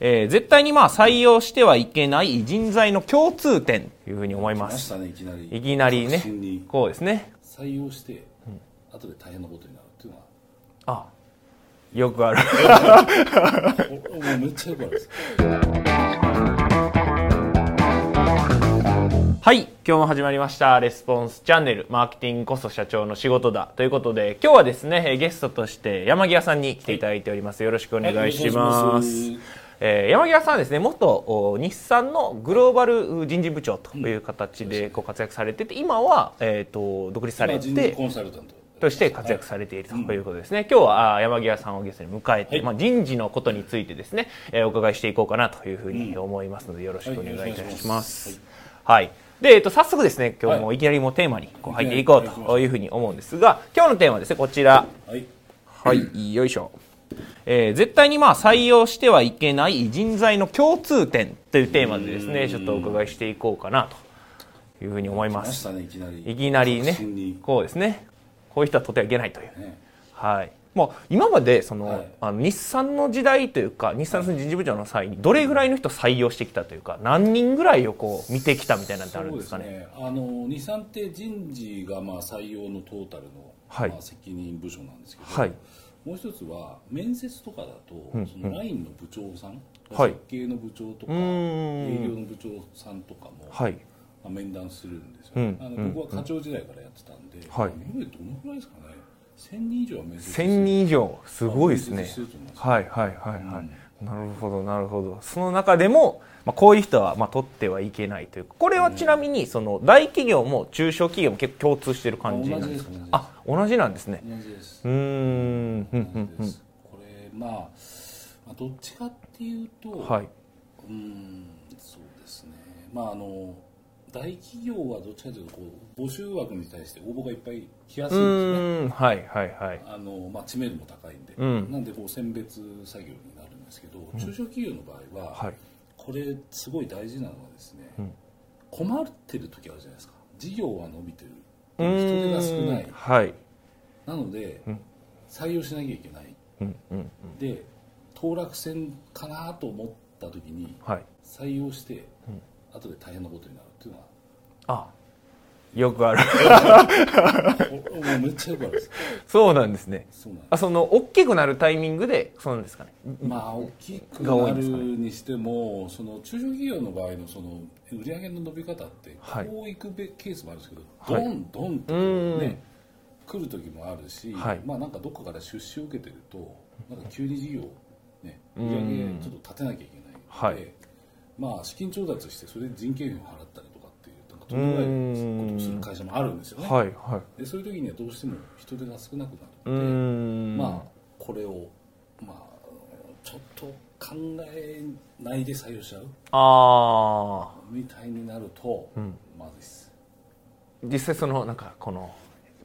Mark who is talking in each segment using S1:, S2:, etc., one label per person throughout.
S1: えー絶対にまあ採用してはいけない人材の共通点というふうに思いま
S2: 出し
S1: す。
S2: たねいきなり
S1: いきなりね
S2: 確信に、
S1: こうですね。
S2: 採用して、後で大変なことになるっていうのは
S1: あ、よくある。
S2: おお前めっちゃよくあるんです
S1: はい今日も始まりました「レスポンスチャンネルマーケティングこそ社長の仕事だ」ということで今日はですねえーゲストとして山際さんに来ていただいておりますよろしくお願いし
S2: は
S1: ま
S2: い
S1: す、
S2: お願いします
S1: えー山際さんはですね元お日産のグローバル人事部長という形でご活躍されてて今は、えー、と独立され
S2: 今人事
S1: て
S2: コンサルタント
S1: として活躍されているということですね、今日はあー山際さんをゲストに迎えて、
S2: はい
S1: まあ、人事のことについてですね、えーお伺いしていこうかなというふうに思いますので、よろしくお願いいたします。はいでえっと、早速ですね今日も
S2: はい
S1: いきなりもうテーマにこう入っていこうというふうに思うんですが今日のテーマはですねこちら
S2: はい
S1: はいよいしょ、えー絶対にまあ採用してはいけない人材の共通点というテーマでですねちょっとお伺いしていこうかなというふうに思いま
S2: 出
S1: す
S2: し。たねいきなり
S1: いきなりね
S2: 確信に、
S1: こうですね、こういう人はとてはいけないという。
S2: ね
S1: はい。まあ、今までその、
S2: はい
S1: あの日産の時代というか日産の人事部長の際にどれぐらいの人採用してきたというか何人ぐらいをこう見てきたみたいなんてあるんですかね
S2: そうですねあの日産って人事がまあ採用のトータルの、
S1: はい
S2: まあ、責任部署なんですけど、
S1: はい
S2: もう一つは面接とかだと、そのラインの部長さん、
S1: はい
S2: 設計の部長とか
S1: う
S2: 営
S1: ーん
S2: 業の部長さんとかも、
S1: はい
S2: まあ、面談するんですよ、
S1: うん
S2: あの僕は課長時代からやってたんで、
S1: はい
S2: 今までどのくらいですかね1000人以上は面接してる
S1: 1000人以上すごいです
S2: 面
S1: ね
S2: 接してると思います
S1: はいはいはいはい、なるほどなるほどその中でも、まあ、こういう人はまあ取ってはいけないというこれはちなみにその大企業も中小企業も結構共通してる感じなんですか
S2: 同じです
S1: あ同じなんですね
S2: 同じです
S1: うーんうんうん
S2: 同じですこれまあ、まあ、どっちかっていうと、
S1: はい、
S2: うーんそうですねまああの大企業はどっちかというとこう募集枠に対して応募がいっぱい来やす
S1: う
S2: い
S1: ー
S2: んですね
S1: んはいはいはい
S2: あの、まあ、知名度も高いんで、
S1: うん
S2: なんでこう選別作業になるんですけど、中小企業の場合は、
S1: はい
S2: これすごい大事なのはですね、
S1: ん
S2: 困ってる時あるじゃないですか事業は伸びてる
S1: う
S2: 人手が少
S1: ー
S2: なんい
S1: はい
S2: なので、採用しなきゃいけない
S1: うんうん
S2: で当落選かなと思った時に
S1: はい
S2: 採用して、後で大変なことになるっていうのは
S1: あよくある
S2: おお前めっちゃよくあるんですよ
S1: そうなんですね
S2: そうなんで
S1: あその大きくなるタイミングでそうなんですかね
S2: すまあ大きく
S1: が多い
S2: なん
S1: で
S2: る
S1: すかね
S2: にしても、その中小企業の場合のその売上の伸び方って、
S1: はい
S2: こういくべきケースもあるんですけど、
S1: はい
S2: どんどんと
S1: うん
S2: ね、来る時もあるし、
S1: はい
S2: まあなんかどっかから出資を受けてると、なんか急に事業、ね、
S1: う
S2: 売
S1: ん
S2: 上ちょっと立てなきゃいけないので、
S1: はい
S2: まあ資金調達して、それで人件費を払ったりとかっていう、なんかとんでもないことをする会社もあるんですよね。
S1: はいは
S2: でそういう時にはどうしても人手が少なくな
S1: いう
S2: るので、
S1: ーん
S2: まあこれをまあちょっと考えないで採用しちゃう
S1: ああ
S2: みたいになると、
S1: ん
S2: まずいです
S1: 実際そのなんかこの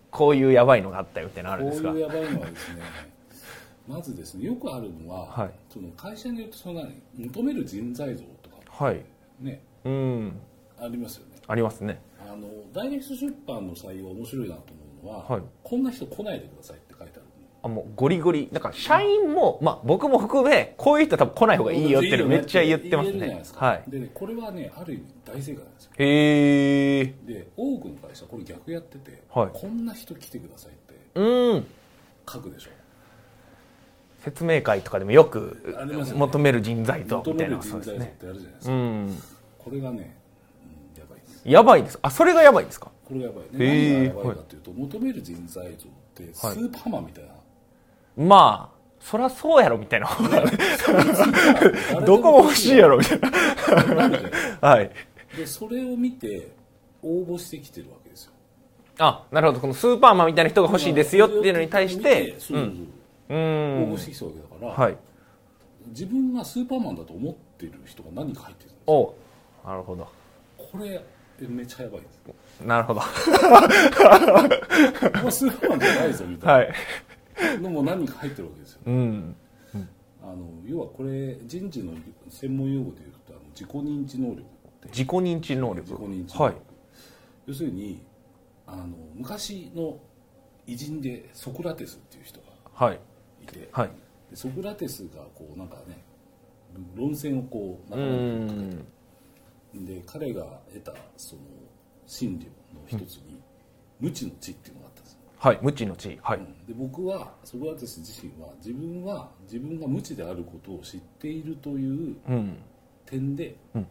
S1: こういうやばいのがあったよみたいなのあるんですか
S2: こういうやばいのはですね まずですねよくあるのは、
S1: はい
S2: その会社によってその何求める人材像とか
S1: はい
S2: ね
S1: うん
S2: ありますよね
S1: ありますね
S2: あのダイレクト出版の採用面白いなと思うのは、
S1: はい
S2: こんな人来ないでくださいって書いてある
S1: あもうゴリゴリだから社員も、まあ、僕も含めこういう人多分来ない方がいいよっていうのめっちゃ言ってます
S2: 言えるじゃない
S1: ね
S2: ですか
S1: はい
S2: でねこれはねある意味大正解なんですよ
S1: へえ
S2: で多くの会社これ逆やってて、
S1: はい
S2: こんな人来てくださいって
S1: うん
S2: 書くでしょ
S1: 説明会とかでもよく
S2: ありますよね
S1: 求める人材と
S2: 求
S1: みたい
S2: め
S1: な
S2: る
S1: のそ
S2: 人
S1: うです
S2: 材像っ
S1: ね
S2: てあるじゃないです
S1: う
S2: か、
S1: ん
S2: これがね、うん、やばいです
S1: やばいですあそれがやばいですか
S2: これがやばいね、
S1: へー
S2: 何がやばいかというと、求める人材像ってスーパーマンみたいな、
S1: まあそりゃそうやろみたいな
S2: 誰で
S1: どこも欲しいやろみたいな
S2: なるじゃない
S1: はい
S2: でそれを見て応募してきてるわけですよ
S1: あなるほどこのスーパーマンみたいな人が欲しいですよっていうのに対して
S2: そうそう
S1: う
S2: そう応募
S1: ん
S2: してきたわけだから、
S1: はい
S2: 自分がスーパーマンだと思ってる人が何か入ってるんですよ
S1: おなるほど
S2: これえめちゃやばいです
S1: なるほど
S2: お前スーパーマンじゃないぞみたいな、
S1: はい
S2: のも何か入ってるわけですよ、
S1: うん
S2: あの要はこれ人事の専門用語でいうとあの自己認知能力って
S1: 自己認知能力
S2: 自己認知能力、
S1: はい
S2: 要するにあの昔の偉人でソクラテスっていう人が
S1: はい
S2: いて、
S1: はい
S2: でソクラテスがこうなんかね論戦をこうな
S1: う
S2: かなかかけ
S1: ん
S2: てで彼が得たその真理の一つに、無知の知っていうのがあったんですよ、
S1: はい無知の知はい
S2: で僕はソクラテス自身は自分は自分が無知であることを知っているという
S1: うん
S2: 点で、
S1: うん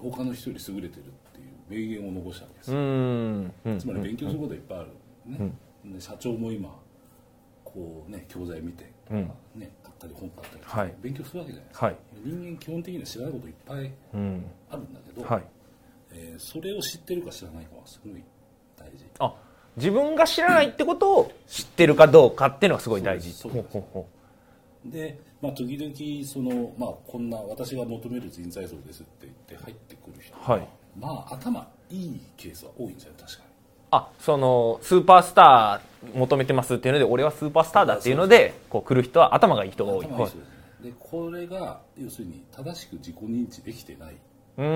S2: 他の人より優れてるっていう名言を残したわけです
S1: う
S2: よ、
S1: んうん
S2: つまり勉強することはいっぱいある、ねで社長も今こうね教材見てとか、ね買ったり本買ったりとか、
S1: はい
S2: 勉強するわけじゃないですか、
S1: はい
S2: 人間基本的には知らないこといっぱい
S1: うん
S2: あるんだけど、
S1: はい
S2: えーそれを知ってるか知らないかはすごい大事
S1: あ自分が知らないってことを知ってるかどうかっていうのがすごい大事
S2: そうです
S1: ほうほ
S2: で、まあ、時々その、まあ、こんな私が求める人材像ですって言って入ってくる人
S1: うほうはい
S2: まあ頭いいケースは多いんじゃない確かに
S1: あそのスーパースター求めてますっていうので俺はスーパースターだっていうのでこう来る人は頭がいい人が多い
S2: 頭いい
S1: はい
S2: 人ですねでこれが要するに正しく自己認知できてないう人
S1: ー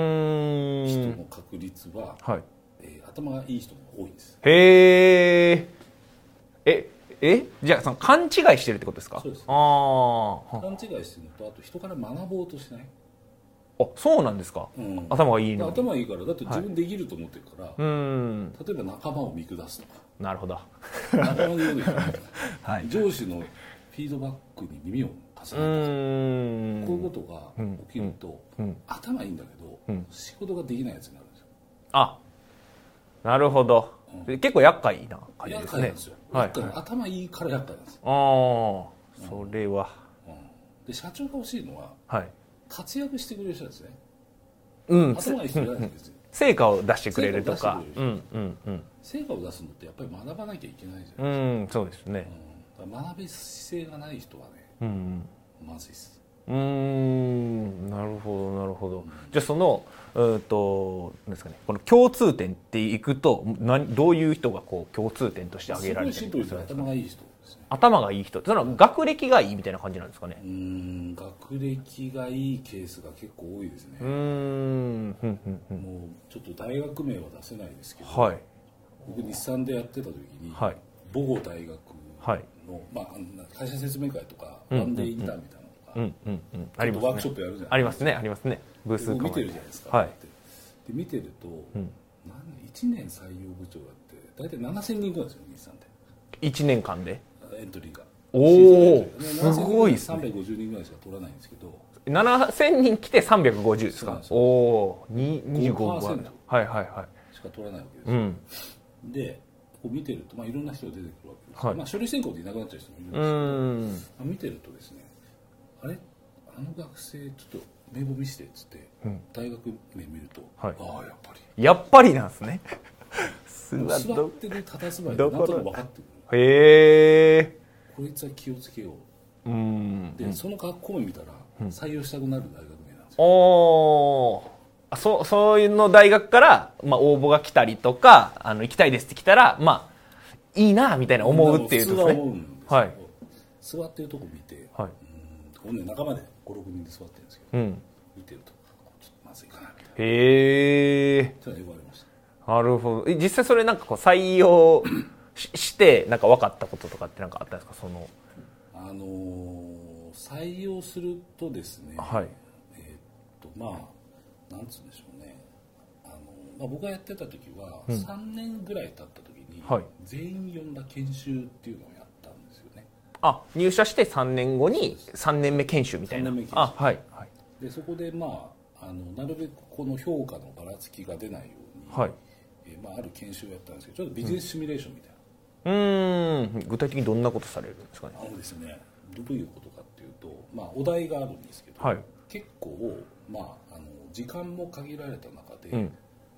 S1: ん
S2: の確率は、
S1: はい
S2: えー頭がいい人が多いんです
S1: へーええじゃあその勘違いしてるってことですか
S2: そうです
S1: あーは
S2: 勘違いしてるのとあと人から学ぼうとしない、
S1: あそうなんですか
S2: うん
S1: 頭がいいの
S2: 頭いいからだって自分できると思ってるから、
S1: うーん
S2: 例えば仲間を見下 すとか
S1: なるほど
S2: 仲間の言うこと聞かないとか
S1: はい
S2: 上司のフィードバックに耳を
S1: う
S2: 重ね
S1: ー
S2: た
S1: ん
S2: こういうことが起きると、
S1: うん
S2: 頭いいんだけど、
S1: うん
S2: 仕事ができないやつになるんですよ
S1: あなるほど、で結構厄介な感じで
S2: 厄
S1: す
S2: 介な
S1: ね
S2: んですよ、
S1: はい
S2: 厄介頭いいから厄介なんですよ、
S1: ああそれは
S2: うんで社長が欲しいのは
S1: はい
S2: 活躍してくれる人ですね
S1: うん
S2: 頭がいい人じゃないんですよ
S1: 成果を出してくれるとか
S2: 成果
S1: う
S2: を出してくれ
S1: んうんうん
S2: 成果を出すのってやっぱり学ばなきゃいけないじゃ
S1: う
S2: ない
S1: んそうですね
S2: うんだから学び姿勢がない人はね
S1: うん
S2: まずいです
S1: うんうーんなるほどなるほどじゃあそのうんとなんですかねこの共通点っていくと何どういう人がこう共通点として挙げ
S2: す
S1: ら
S2: ご
S1: れ
S2: い
S1: てる
S2: シン
S1: ん
S2: プル
S1: で
S2: ですす
S1: か
S2: よ頭がいい人ですね
S1: 頭がいい人その学歴がいいみたいな感じなんですかね
S2: うん学歴がいいケースが結構多いですね
S1: うーんうんうんうん
S2: もうちょっと大学名は出せないですけど、
S1: はい
S2: 僕日産でやってた時に、
S1: はい
S2: 母語大学の、
S1: はい
S2: まああの、会社説明会とか、
S1: うん
S2: ワンデーインターンみたいなのとか、
S1: うんうんうんあり
S2: ちょっとワー
S1: ま
S2: ク
S1: す
S2: シ
S1: ね
S2: ョップやるじゃな
S1: あ
S2: い
S1: りますねありますねブー
S2: で
S1: ス
S2: 僕見
S1: 構
S2: て
S1: え
S2: るじ
S1: て
S2: ゃないですか、
S1: はい
S2: で見てると、
S1: ん
S2: なん1年採用部長やって大体7000人ぐらいですよ日産で
S1: 1年間で
S2: エントリーが
S1: おー
S2: シーズンエントリー
S1: すごいっすね
S2: 7000人350人ぐらいしか取らないんですけど
S1: 7000人来て350です
S2: そう
S1: か
S2: そう
S1: おおーに25
S2: 5%
S1: 分はいはいは
S2: しか取らないわけです
S1: い
S2: よ、
S1: うん
S2: でこう見てると、まあ、いろんな人が出てくるわけです、
S1: はい
S2: まあ、書類選考でいなくなっちゃう人もいるんで
S1: う
S2: すけど、
S1: ーん
S2: まあ見てるとですねあれあの学生ちょっと名簿見せてっつって、
S1: うん
S2: 大学名見ると、
S1: はい
S2: ああやっぱり
S1: やっぱりなんですね すが
S2: 座っ
S1: ど
S2: てる佇まいで
S1: ど
S2: なん
S1: こと
S2: なく分かってくる
S1: へえ
S2: こいつは気をつけよ
S1: うーん
S2: うで、その学校名見たら採用したくなる大学名なんですよ、
S1: おおあそそういうの大学から、まあ、応募が来たりとかあの行きたいですって来たらまあいいなみたいな思うっていうと
S2: 普通
S1: で
S2: は
S1: す
S2: 思う
S1: ね
S2: んですけど、
S1: はい
S2: 座ってるとこ見て、
S1: はい
S2: うんここね仲間で56人で座ってるんですけど
S1: うん
S2: 見てるとちょっとまずいかなみたいな
S1: へえ
S2: それは言われました
S1: なるほどえ実際それなんかこう採用し してなんか分かったこととかってなんかあったんですかその
S2: あのー採用するとですね、
S1: はい
S2: えーっとまあなんつうんでしょうねあの、まあ、僕がやってた時は、3年ぐらい経った時に、
S1: はい
S2: 全員呼んだ研修っていうのをやったんですよね
S1: あ入社して3年後に3年目研修みたいな
S2: 三年目研修
S1: あはいはい、
S2: でそこでまああのなるべくこの評価のばらつきが出ないように、
S1: はい、
S2: えーまあ、ある研修をやったんですけどちょっとビジネスシミュレーションみたいな、
S1: うーん具体的にどんなことされるんですかね
S2: あのですねどういうことかっていうと、まあ、お題があるんですけど、
S1: はい
S2: 結構、まあ、あの時間も限られた中で、
S1: うん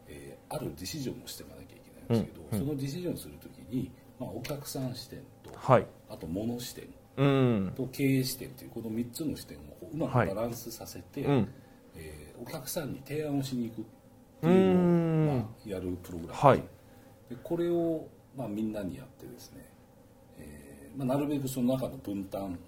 S2: えーあるディシジョンをしていかなきゃいけないんですけど、そのディシジョンをするときに、まあ、お客さん視点と
S1: はい
S2: あと物視点
S1: うん
S2: と経営視点というこの3つの視点をこううまく
S1: はい
S2: バランスさせて、
S1: うん
S2: えーお客さんに提案をしに行くって
S1: う
S2: いうのを、
S1: ん
S2: まあ、やるプログラムですね、
S1: はい
S2: でこれを、まあ、みんなにやってですね、えーまあ、なるべくその中の分担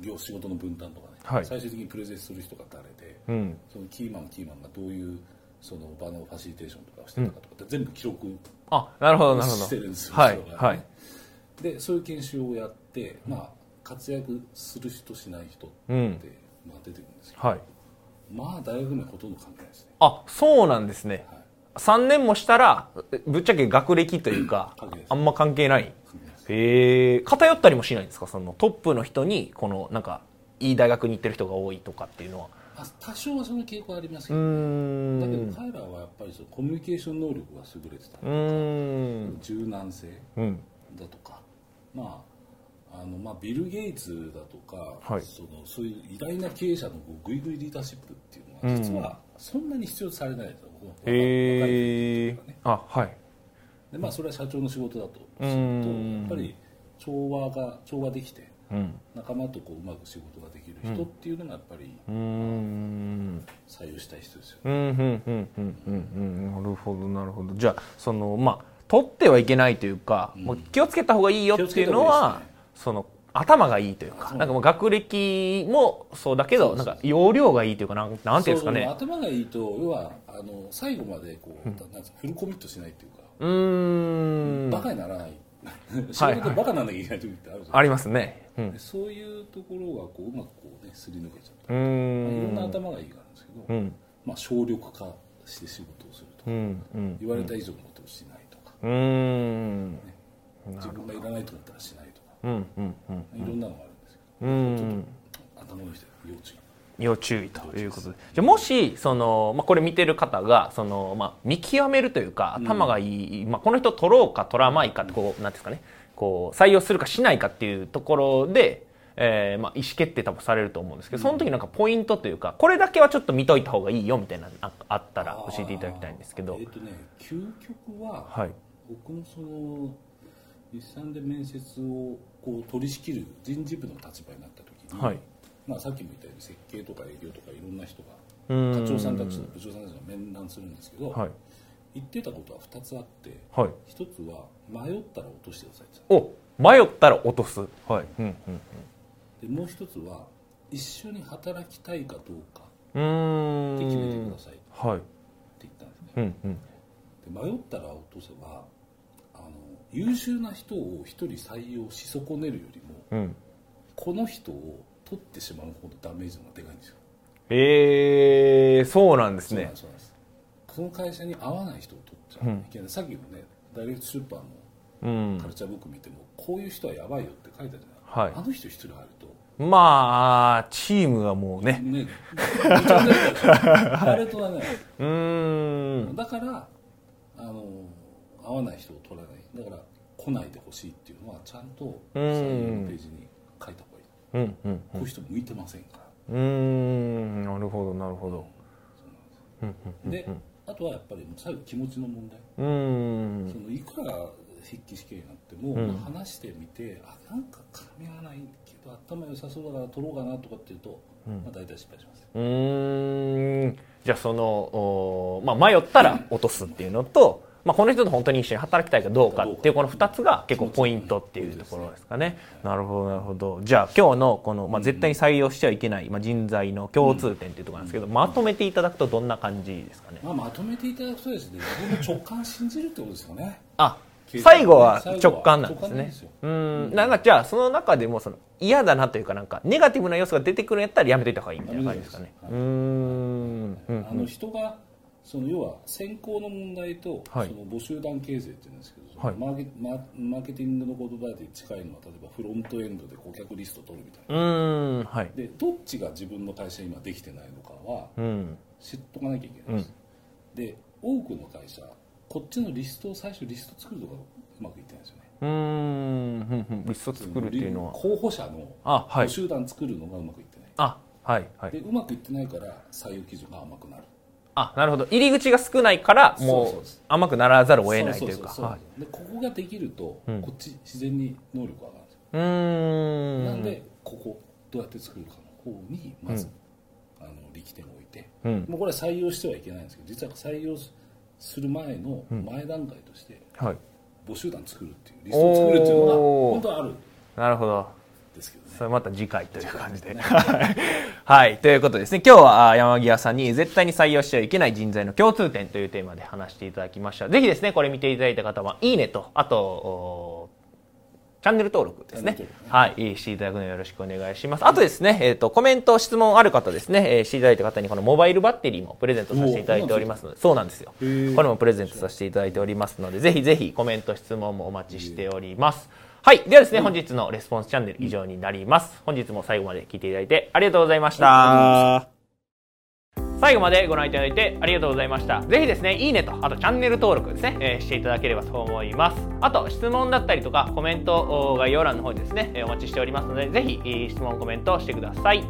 S2: 業仕事の分担とかね、
S1: はい
S2: 最終的にプレゼンする人が誰で
S1: うん
S2: そのキーマンキーマンがどういうその場のファシリテーションとかをしてたかとかって、全部記録
S1: あなるほどなる
S2: してるんです
S1: ほ
S2: よ
S1: どはい
S2: 後ろが
S1: は
S2: ね
S1: い
S2: でそういう研修をやって、まあ、活躍する人しない人って、
S1: うん
S2: まあ、出てくるんですよ
S1: はい
S2: まあ大学にはほとんど関係ないですね。
S1: あそうなんですね
S2: はい。
S1: 3年もしたらぶっちゃけ学歴というか
S2: 関係ないです
S1: あんま関係ない
S2: 関係ないです
S1: へえ偏ったりもしないんですかそのトップの人にこのなんかいい大学に行ってる人が多いとかっていうのは
S2: まあ、多少はその傾向ありますけ
S1: うー
S2: ど、だけ
S1: ん
S2: ど彼らはやっぱりそのコミュニケーション能力が優れてた
S1: う、ーん
S2: 柔軟性
S1: うん
S2: だとか、まああのまあ、ビル・ゲイツだとか、
S1: はい
S2: そのそういう偉大な経営者のこうグイグイリーダーシップっていうのは、実はそんなに必要とされないんですよ、僕の若い若い
S1: へ
S2: 人
S1: え
S2: とかね
S1: あはい
S2: でまあ、それは社長の仕事だとすると、
S1: うん
S2: やっぱり調和が調和できて、
S1: うん
S2: 仲間とこううまく仕事ができる人っていうのがやっぱり
S1: うーん
S2: 採用したい人ですよね。
S1: うんうんうんうんうんうんなるほどなるほどじゃあそのまあ取ってはいけないというか、もう気をつけた方がいいよっていうのは、
S2: 気をつけた方がいいで
S1: その頭がいいというか
S2: そう
S1: なんかもう学歴もそうだけどなんか容量がいいというかなんなんていうんですかね
S2: そう頭がいいと要はあの最後までこう、なんですかフルコミットしないっていうか、
S1: うーん
S2: バカにならない仕事でバカなんなきゃいけない時ってあるじゃん、
S1: ありますねうん
S2: でそういうところがこううまくこうねすり抜けちゃった
S1: う
S2: まあいろん
S1: ん
S2: な頭がいいがあるんですけど、
S1: うん
S2: まあ、省力化して仕事をすると
S1: う
S2: か、
S1: んうん
S2: 言われた以上のことをしないとか、
S1: うーん
S2: 自分がいらないと思ったらしないとか、
S1: うんうんうん
S2: いろんなのがあるんですけ
S1: うん
S2: ど頭の人は要注意
S1: 要注意ということでじゃあもしその、まあ、これ見てる方がその、まあ、見極めるというか頭がいい、まあ、この人取ろうか取らないかってこうなんていうんですかねこう採用するかしないかっていうところで、えーまあ、意思決定多分されると思うんですけどその時なんかポイントというかこれだけはちょっと見といた方がいいよみたいなのああったら教えていただきたいんですけ
S2: あ
S1: ど
S2: ーえっ、とね究極は、
S1: はい
S2: 僕もその日産で面接をこう取り仕切る人事部の立場になった時に、
S1: はい
S2: まあ、さっきも言ったように設計とか営業とかいろんな人
S1: うー
S2: が
S1: ん
S2: 課長さんたちと部長さんたちが面談するんですけど、
S1: はい
S2: 言ってたことは2つあって
S1: はい
S2: 1つは迷ったら落としてくださいって
S1: お迷ったら落とすはいうん
S2: 言ってでもう1つは一緒に働きたいかどうか
S1: うんう
S2: って決め
S1: ー
S2: て
S1: ん
S2: くださいって
S1: はい
S2: 言ったんですね
S1: うんうん
S2: で迷ったら落とせばあの優秀な人を1人採用し損ねるよりも
S1: うん
S2: この人を取ってしまうほどダメージの方がでかいんですよ
S1: ええそうなんです
S2: そうなん
S1: ね
S2: ですそうなんですこの会社に合わない人を取っちゃいけない、さっきもねダイレクトスーパーの
S1: うん
S2: カルチャーブック見ても、こういう人はやばいよって書いてあるじゃない、
S1: はい
S2: あの人一人入ると
S1: まあチームがもうね
S2: ねめちゃめち ゃあれとはね、
S1: うーん
S2: だからあの合わない人を取らないだから来ないでほしいっていうのはちゃんと採用のページに書いた方がいい、
S1: うんうん
S2: こういう人向いてませんから
S1: うーんなるほどなるほど
S2: で、あとはやっぱりもう最後気持ちの問題、
S1: うーん
S2: そのいくら筆記試験になっても、話してみてあなんか噛み合わないけど頭良さそうだから取ろうかなとかっていうと、まあ、大体失敗します
S1: うーんじゃあそのおーまあ迷ったら落とすっていうのと、まあ、この人と本当に一緒に働きたいかどうかっていうこの2つが結構ポイントっていうところですかね。なるほどなるほどじゃあ今日のこの、まあ、絶対に採用しちゃいけない、まあ、人材の共通点っていうところなんですけど、まとめていただくとどんな感じですかね
S2: まあ、まとめていただくとですね自分の直感信じるってことですよね
S1: あ
S2: 経 済
S1: 最後は
S2: 最後は
S1: 直感なんです
S2: 直感なん
S1: ね
S2: ですよ
S1: うーんなんかじゃあその中でもその嫌だなというかなんかネガティブな要素が出てくるんやったらやめといた方がいいみたいな感じですかね
S2: や
S1: うーんうん
S2: あの人がその要は選考の問題と、
S1: はい
S2: その募集団形成って言うんですけど、
S1: はい
S2: マーケママーケティングの言葉で近いのは例えばフロントエンドで顧客リスト取るみたいな
S1: うーんはい
S2: でどっちが自分の会社今できてないのかは
S1: うん
S2: 知っとかなきゃいけないです、で多くの会社こっちのリストを最初リスト作るとかうまくいってないですよね
S1: うーんうんうんリスト作るっていうのは
S2: 候補者の
S1: あはい
S2: 集団作るのがうまくいってない、
S1: あはいはい
S2: でうまくいってないから採用基準が甘くなる
S1: あなるほど入り口が少ないから
S2: そうそう
S1: も
S2: で
S1: う
S2: す
S1: 甘くならざるを得ないというか
S2: そそそそ
S1: はい
S2: でここができると、こっち自然に能力が上がるんですよ
S1: うーん
S2: なんでここどうやって作るかの方にまず、あの力点を置いて、
S1: うん
S2: もうこれは採用してはいけないんですけど実は採用すする前の前段階として、
S1: はい
S2: 募集団作るっていうリストを作るっていうのが
S1: おー
S2: 本当はあるん
S1: なるほど
S2: ですけどね
S1: それまた次回という感じで。はいはい。ということでですね、今日はあー山際さんに絶対に採用してはいけない人材の共通点というテーマで話していただきました。ぜひですね、これ見ていただいた方は、いいねと、あと、おチャンネル登録ですね
S2: チャンネル登。
S1: はい、していただくのよろしくお願いします。あとですね、えっ、と、コメント、質問ある方ですね、えーしていただいた方にこのモバイルバッテリーもプレゼントさせていただいておりますので、そうなんですよ。こ
S2: へー
S1: れもプレゼントさせていただいておりますので、ぜひぜひコメント、質問もお待ちしております。はい。ではですね、本日のレスポンスチャンネル以上になります。本日も最後まで聞いていただいてありがとうございました。最後までご覧いただいてありがとうございました。ぜひですね、いいねと、あとチャンネル登録ですね、えーしていただければと思います。あと、質問だったりとか、コメントお概要欄の方にですね、えーお待ちしておりますので、ぜひ、えー質問、コメントしてください。